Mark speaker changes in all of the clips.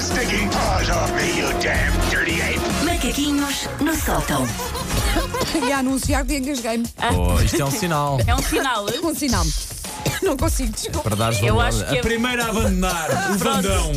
Speaker 1: sticking paws off me, you damn dirty ape!
Speaker 2: Macaquinhos no sótão.
Speaker 3: E a anunciar que engasguei-me.
Speaker 4: Oh, isto é um sinal
Speaker 5: É um sinal.
Speaker 3: Com um sinal. Não consigo, desculpa.
Speaker 4: para dares
Speaker 5: Eu
Speaker 4: valor.
Speaker 5: acho que
Speaker 4: A
Speaker 5: eu-
Speaker 4: primeira a abandonar o
Speaker 5: Pronto.
Speaker 4: bandão.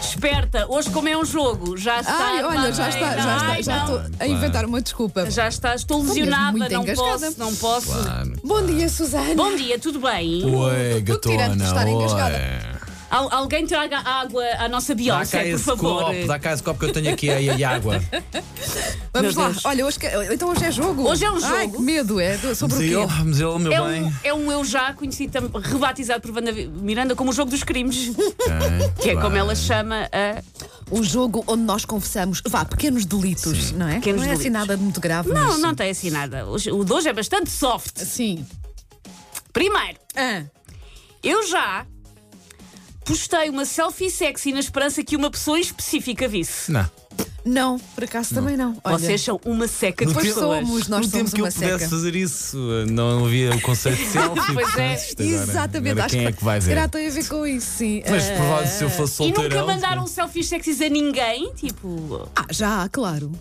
Speaker 5: Esperta, hoje como é um jogo, já está.
Speaker 3: Ai, olha, já está, já está,
Speaker 5: Ai,
Speaker 3: já
Speaker 5: não.
Speaker 3: estou a inventar uma desculpa.
Speaker 5: tá então. Já está, estou
Speaker 3: mesmo
Speaker 5: lesionada,
Speaker 3: muito
Speaker 5: não
Speaker 3: engasgada.
Speaker 5: posso, não posso.
Speaker 3: Bom dia, Susana.
Speaker 5: Bom dia, tudo bem?
Speaker 4: Oi,
Speaker 3: Tô tirando de estar
Speaker 4: gatona.
Speaker 3: engasgada.
Speaker 4: Oi.
Speaker 5: Al- alguém traga água à nossa
Speaker 4: Dá cá
Speaker 5: Beyoncé, por
Speaker 4: esse
Speaker 5: favor.
Speaker 4: copo, dá cá esse copo que eu tenho aqui aí, a água.
Speaker 3: Vamos
Speaker 5: Meu
Speaker 3: lá.
Speaker 5: Deus.
Speaker 3: Olha, hoje, que- então hoje é jogo.
Speaker 5: Hoje é um
Speaker 3: Ai,
Speaker 5: jogo.
Speaker 3: que medo, é? Do- Sobre o
Speaker 4: Museu,
Speaker 3: quê?
Speaker 4: museu, "Ah, meu
Speaker 5: É
Speaker 4: bem.
Speaker 5: um, é um eu já conhecido, tam- rebatizado por Wanda Miranda como o jogo dos crimes,
Speaker 4: Ok,
Speaker 5: que é como
Speaker 4: bem.
Speaker 5: ela chama a.
Speaker 3: Um jogo onde nós confessamos, vá, pequenos delitos, não é?
Speaker 5: pequenos
Speaker 3: não é assim
Speaker 5: delitos.
Speaker 3: nada de muito grave.
Speaker 5: Não,
Speaker 3: mas-
Speaker 5: não tem assim nada. Hoje- O de hoje é bastante soft.
Speaker 3: Sim.
Speaker 5: Primeiro,
Speaker 3: Ah,
Speaker 5: eu já postei uma selfie sexy na esperança que uma pessoa em específica visse.
Speaker 4: Não.
Speaker 3: não, por acaso também não. Olha,
Speaker 5: Vocês são uma seca de
Speaker 3: Pois
Speaker 4: tempo-
Speaker 5: pessoas.
Speaker 3: somos, nós somos
Speaker 4: no tempo que
Speaker 3: uma
Speaker 4: eu pudesse
Speaker 3: seca.
Speaker 4: fazer isso, não havia o conceito de selfie.
Speaker 5: Pois é,
Speaker 4: portanto, isto agora-
Speaker 3: Exatamente,
Speaker 4: agora
Speaker 3: acho
Speaker 4: quem é que vai ver?
Speaker 3: Será tem a ver com isso, sim.
Speaker 4: Mas
Speaker 3: Ah,
Speaker 4: provável se eu fosse
Speaker 5: Eh, E
Speaker 4: solteirão.
Speaker 5: nunca mandaram selfies sexys a ninguém? Tipo.
Speaker 3: Ah, já, claro.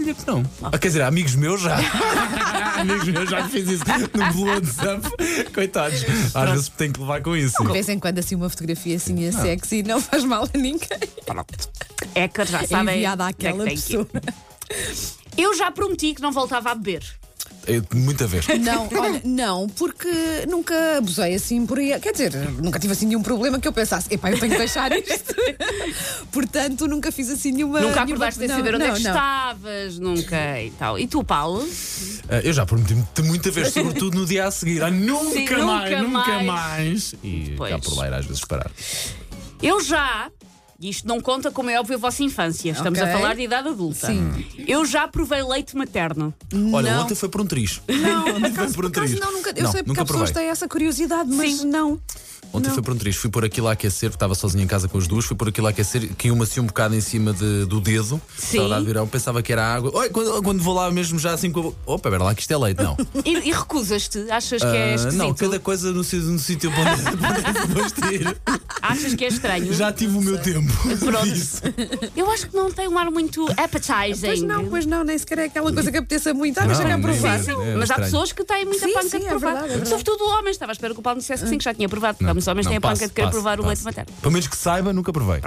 Speaker 4: Olha que não. Ah, quer dizer, amigos meus já. amigos meus já fiz isso no WhatsApp. Coitados. Às vezes tenho que levar com isso.
Speaker 3: De vez em quando, assim, uma fotografia assim
Speaker 4: Ah.
Speaker 3: é sexy não faz mal a ninguém.
Speaker 5: É que já
Speaker 3: É
Speaker 5: sabem.
Speaker 3: enviada àquela
Speaker 5: onde é que tem que ir.
Speaker 3: pessoa.
Speaker 5: Eu já prometi que não voltava a beber.
Speaker 4: Eu, muita vez.
Speaker 3: Não, olha, não, porque nunca abusei assim por aí. Quer dizer, nunca tive assim nenhum problema que eu pensasse, epá, eu tenho que deixar isto. Portanto, nunca fiz assim nenhuma.
Speaker 5: nunca
Speaker 3: nenhuma-
Speaker 5: acordaste sem
Speaker 3: não,
Speaker 5: saber onde é
Speaker 3: não,
Speaker 5: que
Speaker 3: não.
Speaker 5: estavas, nunca e tal. E tu, Paulo?
Speaker 4: Ah, Eu já prometi-te muita vez, sobretudo no dia a seguir. Ah, nunca
Speaker 5: Sim, nunca
Speaker 4: mais, nunca
Speaker 5: mais.
Speaker 4: mais. E
Speaker 5: Pois.
Speaker 4: cá por lá ir às vezes parar.
Speaker 5: Eu já. e Isto não conta, como é óbvio, a vossa infância. Estamos
Speaker 3: Ok.
Speaker 5: a falar de idade adulta.
Speaker 3: Sim.
Speaker 5: Eu já provei leite materno.
Speaker 4: Olha,
Speaker 3: Não.
Speaker 4: ontem foi por um triz.
Speaker 3: Não, por acaso,
Speaker 4: por um
Speaker 3: por acaso
Speaker 4: triz.
Speaker 3: não, nunca. Eu
Speaker 4: Não,
Speaker 3: sei porque
Speaker 4: nunca
Speaker 3: há pessoas que
Speaker 4: provei.
Speaker 3: têm essa curiosidade, mas não.
Speaker 4: Ontem
Speaker 3: Não.
Speaker 4: foi por um triz. Fui pôr aquilo a aquecer, estava sozinho em casa com as duas, fui pôr aquilo a aquecer, que uma assim um bocado em cima de- do dedo.
Speaker 5: Sim.
Speaker 4: Estava a virar, eu pensava que era água. Oi, quando, quando vou lá mesmo já assim com a boca. Opa, pera lá, que isto é leite, não.
Speaker 5: E, e recusas-te? Achas que é
Speaker 4: Ah,
Speaker 5: esquisito?
Speaker 4: não, cada coisa no, si- no sítio para onde- é para onde depois de ir.
Speaker 5: Achas que é estranho?
Speaker 4: Já tive o meu tempo.
Speaker 5: Pronto.
Speaker 4: disso.
Speaker 5: Eu acho que não tem um ar muito appetizing.
Speaker 3: Pois não, pois não, nem sequer é aquela coisa que apeteça muito. Ah, deixa
Speaker 4: Não,
Speaker 3: cá
Speaker 4: nem-
Speaker 3: provar.
Speaker 4: nem-
Speaker 5: Sim,
Speaker 4: É
Speaker 5: mas há
Speaker 4: estranho.
Speaker 5: pessoas que têm muita
Speaker 3: Sim,
Speaker 5: panca
Speaker 3: sim,
Speaker 5: de
Speaker 3: é
Speaker 5: provar.
Speaker 3: verdade, é verdade.
Speaker 5: Sobretudo homens. Estava à espera que o Paulo dissesse que sim, que já tinha provado. Vamos, homens
Speaker 4: Não,
Speaker 5: têm a panca
Speaker 4: passo,
Speaker 5: de querer
Speaker 4: passo,
Speaker 5: provar o leite
Speaker 4: passo.
Speaker 5: materno.
Speaker 4: Pelo menos que saiba, nunca provei.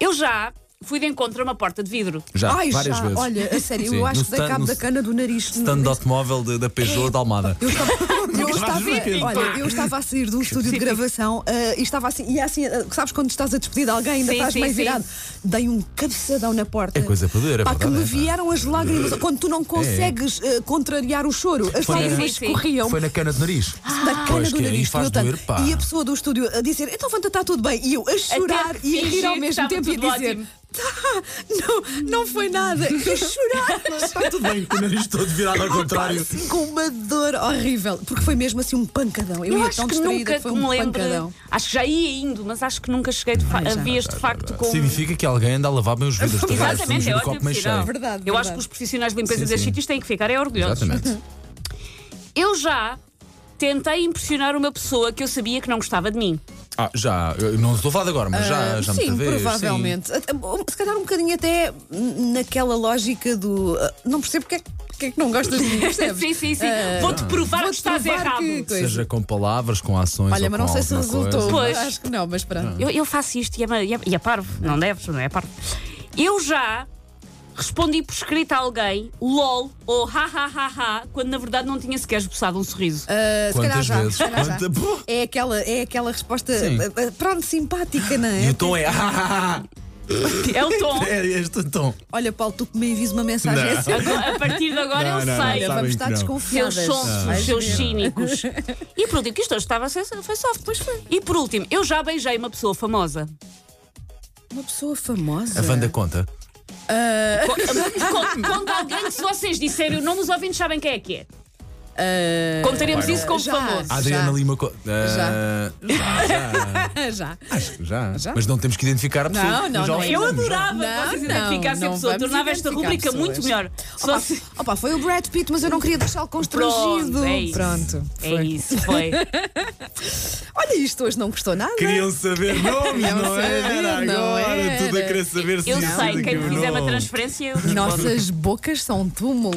Speaker 5: Eu já fui de encontro a uma porta de vidro.
Speaker 4: Já,
Speaker 3: Ai,
Speaker 4: várias
Speaker 3: já,
Speaker 4: vezes.
Speaker 3: olha, a sério,
Speaker 4: Sim,
Speaker 3: eu
Speaker 4: no
Speaker 3: acho que dei
Speaker 4: stand-
Speaker 3: cabo
Speaker 4: no
Speaker 3: da cana do É, nariz.
Speaker 4: Stand de automóvel de- da Peugeot da Almada.
Speaker 3: Eu estava, eu,
Speaker 4: vais
Speaker 3: estava,
Speaker 4: ver.
Speaker 3: olha, eu estava a sair de um estúdio de gravação ah, e estava assim, e assim, ah, sabes quando estás a despedir de alguém, ainda
Speaker 5: Sim,
Speaker 3: estás
Speaker 5: sim,
Speaker 3: meio
Speaker 5: sim.
Speaker 3: virado. Dei um cabeçadão na porta.
Speaker 4: É coisa para doer, é
Speaker 3: Pá, que
Speaker 4: verdade,
Speaker 3: me
Speaker 4: é, pá. Eh, é.
Speaker 3: vieram as lágrimas. Quando tu não consegues ah, contrariar o choro, as
Speaker 4: Foi na-
Speaker 3: lágrimas
Speaker 5: Sim, sim.
Speaker 3: escorriam.
Speaker 4: Foi na cana de nariz.
Speaker 3: Da cana
Speaker 4: Pois,
Speaker 3: do
Speaker 4: que aí
Speaker 3: nariz,
Speaker 4: faz
Speaker 3: doeu tanto.
Speaker 4: doer, pá.
Speaker 3: e a pessoa do estúdio a dizer então Wanda está tudo bem, e eu a chorar e a
Speaker 5: fingir
Speaker 3: rir ao
Speaker 5: que
Speaker 3: mesmo
Speaker 5: estava
Speaker 3: tempo e a
Speaker 5: tudo
Speaker 3: dizer
Speaker 5: ótimo.
Speaker 3: tá, não, não foi nada, e a chorar
Speaker 4: Está tudo bem com o nariz todo virado ao contrário.
Speaker 3: Assim, com uma dor horrível, porque foi mesmo assim um pancadão. Eu,
Speaker 5: Eu
Speaker 3: ia
Speaker 5: acho
Speaker 3: tão
Speaker 5: que
Speaker 3: distraída
Speaker 5: nunca
Speaker 3: foi
Speaker 5: que me
Speaker 3: um
Speaker 5: lembro.
Speaker 3: pancadão.
Speaker 5: Acho que já ia indo, mas acho que nunca cheguei de fa- a vias de facto com.
Speaker 4: Significa que alguém anda a lavar bem os vidros. tá de resto,
Speaker 5: Exatamente,
Speaker 4: sujo,
Speaker 5: é
Speaker 4: o
Speaker 5: ótimo
Speaker 4: um copo meio
Speaker 5: sinal.
Speaker 4: cheio.
Speaker 3: Verdade,
Speaker 5: Eu acho
Speaker 3: verdade.
Speaker 5: que os profissionais de limpeza
Speaker 4: Sim,
Speaker 5: dos
Speaker 4: sim.
Speaker 5: sítios têm que ficar é orgulhosos.
Speaker 4: Exatamente.
Speaker 5: Eu já tentei impressionar uma pessoa que eu sabia que não gostava de mim.
Speaker 4: Ah, já, eu não estou a falar de agora, mas já, já
Speaker 3: Ah, sim,
Speaker 4: muita vez.
Speaker 3: provavelmente. Até- um, Se calhar um bocadinho até hum, naquela lógica do ah, não percebo porque é, que- porque é que não gostas de mim, percebes?
Speaker 5: Sim, sim, sim.
Speaker 3: Ah,
Speaker 5: Vou-te provar
Speaker 3: vou-te
Speaker 5: que estás
Speaker 3: provar
Speaker 5: errado.
Speaker 3: que coisa.
Speaker 4: Seja com palavras, com ações.
Speaker 3: Olha,
Speaker 4: ou
Speaker 3: mas não
Speaker 4: com
Speaker 3: sei se
Speaker 4: alguma
Speaker 3: resultou.
Speaker 4: coisa.
Speaker 5: Pois.
Speaker 3: Acho que não, mas pronto.
Speaker 5: Eu, eu faço isto e é, ma- e é- e é parvo. Não deves, não é parvo. Eu já respondi por escrito a alguém lol ou ha ha ha ha quando na verdade não tinha sequer esboçado um sorriso.
Speaker 3: Ah, se calhar
Speaker 4: Quantas
Speaker 3: já.
Speaker 4: vezes?
Speaker 3: se calhar já.
Speaker 4: Quanta- Pô!
Speaker 3: É aquela, é aquela resposta,
Speaker 4: Sim.
Speaker 3: ah, ah, pronto, simpática, não
Speaker 4: E
Speaker 3: é?
Speaker 4: o tom é.
Speaker 5: É o tom.
Speaker 4: É este tom.
Speaker 3: Olha, Paulo, tu que me envias uma mensagem
Speaker 4: Não.
Speaker 3: assim.
Speaker 5: Agora- a partir de agora
Speaker 4: Não,
Speaker 5: eu
Speaker 4: não, Ah. não,
Speaker 5: sei.
Speaker 4: sabem
Speaker 3: Vamos estar
Speaker 4: que não.
Speaker 3: desconfiadas. Ah.
Speaker 5: seus sonsos,
Speaker 3: Vais
Speaker 5: seus
Speaker 3: ver.
Speaker 5: cínicos. E por último, que isto hoje estava a ser, foi soft, pois foi. E por último, eu já beijei uma pessoa famosa.
Speaker 3: Uma pessoa famosa.
Speaker 4: A Wanda conta.
Speaker 5: Quando, quando alguém, se vocês disserem o nome, os ouvintes sabem quem é que é. Contaremos isso como
Speaker 3: Ah. já.
Speaker 5: famoso.
Speaker 4: A Adriana Lima conta. já. Já,
Speaker 3: já.
Speaker 4: já.
Speaker 3: Já?
Speaker 4: Mas não temos que identificar a pessoa.
Speaker 3: Não, não,
Speaker 4: já
Speaker 3: não,
Speaker 5: Eu
Speaker 3: Não,
Speaker 5: adorava
Speaker 3: não,
Speaker 5: que vocês
Speaker 3: não,
Speaker 5: identificassem a
Speaker 3: não
Speaker 5: pessoa,
Speaker 3: vamos
Speaker 5: tornava esta
Speaker 3: identificar
Speaker 5: rubrica muito
Speaker 3: pessoas.
Speaker 5: melhor.
Speaker 3: Opa,
Speaker 5: Só se...
Speaker 3: opa, foi o Brad Pitt, mas eu não queria deixá-lo constrangido.
Speaker 5: assim. Pronto, é
Speaker 3: Pronto,
Speaker 5: isso. É
Speaker 3: foi.
Speaker 5: isso, foi.
Speaker 3: Olha, isto hoje não custou nada.
Speaker 4: Queriam saber nomes,
Speaker 3: Queriam
Speaker 4: não é?
Speaker 3: saber,
Speaker 4: era?
Speaker 3: não
Speaker 4: Agora
Speaker 3: era.
Speaker 4: tudo querer saber se
Speaker 5: Eu
Speaker 4: isso
Speaker 5: sei,
Speaker 4: daqui
Speaker 5: quem me
Speaker 4: ou
Speaker 5: fizer
Speaker 4: não.
Speaker 5: uma transferência, eu
Speaker 3: Nossas bocas são um túmulos.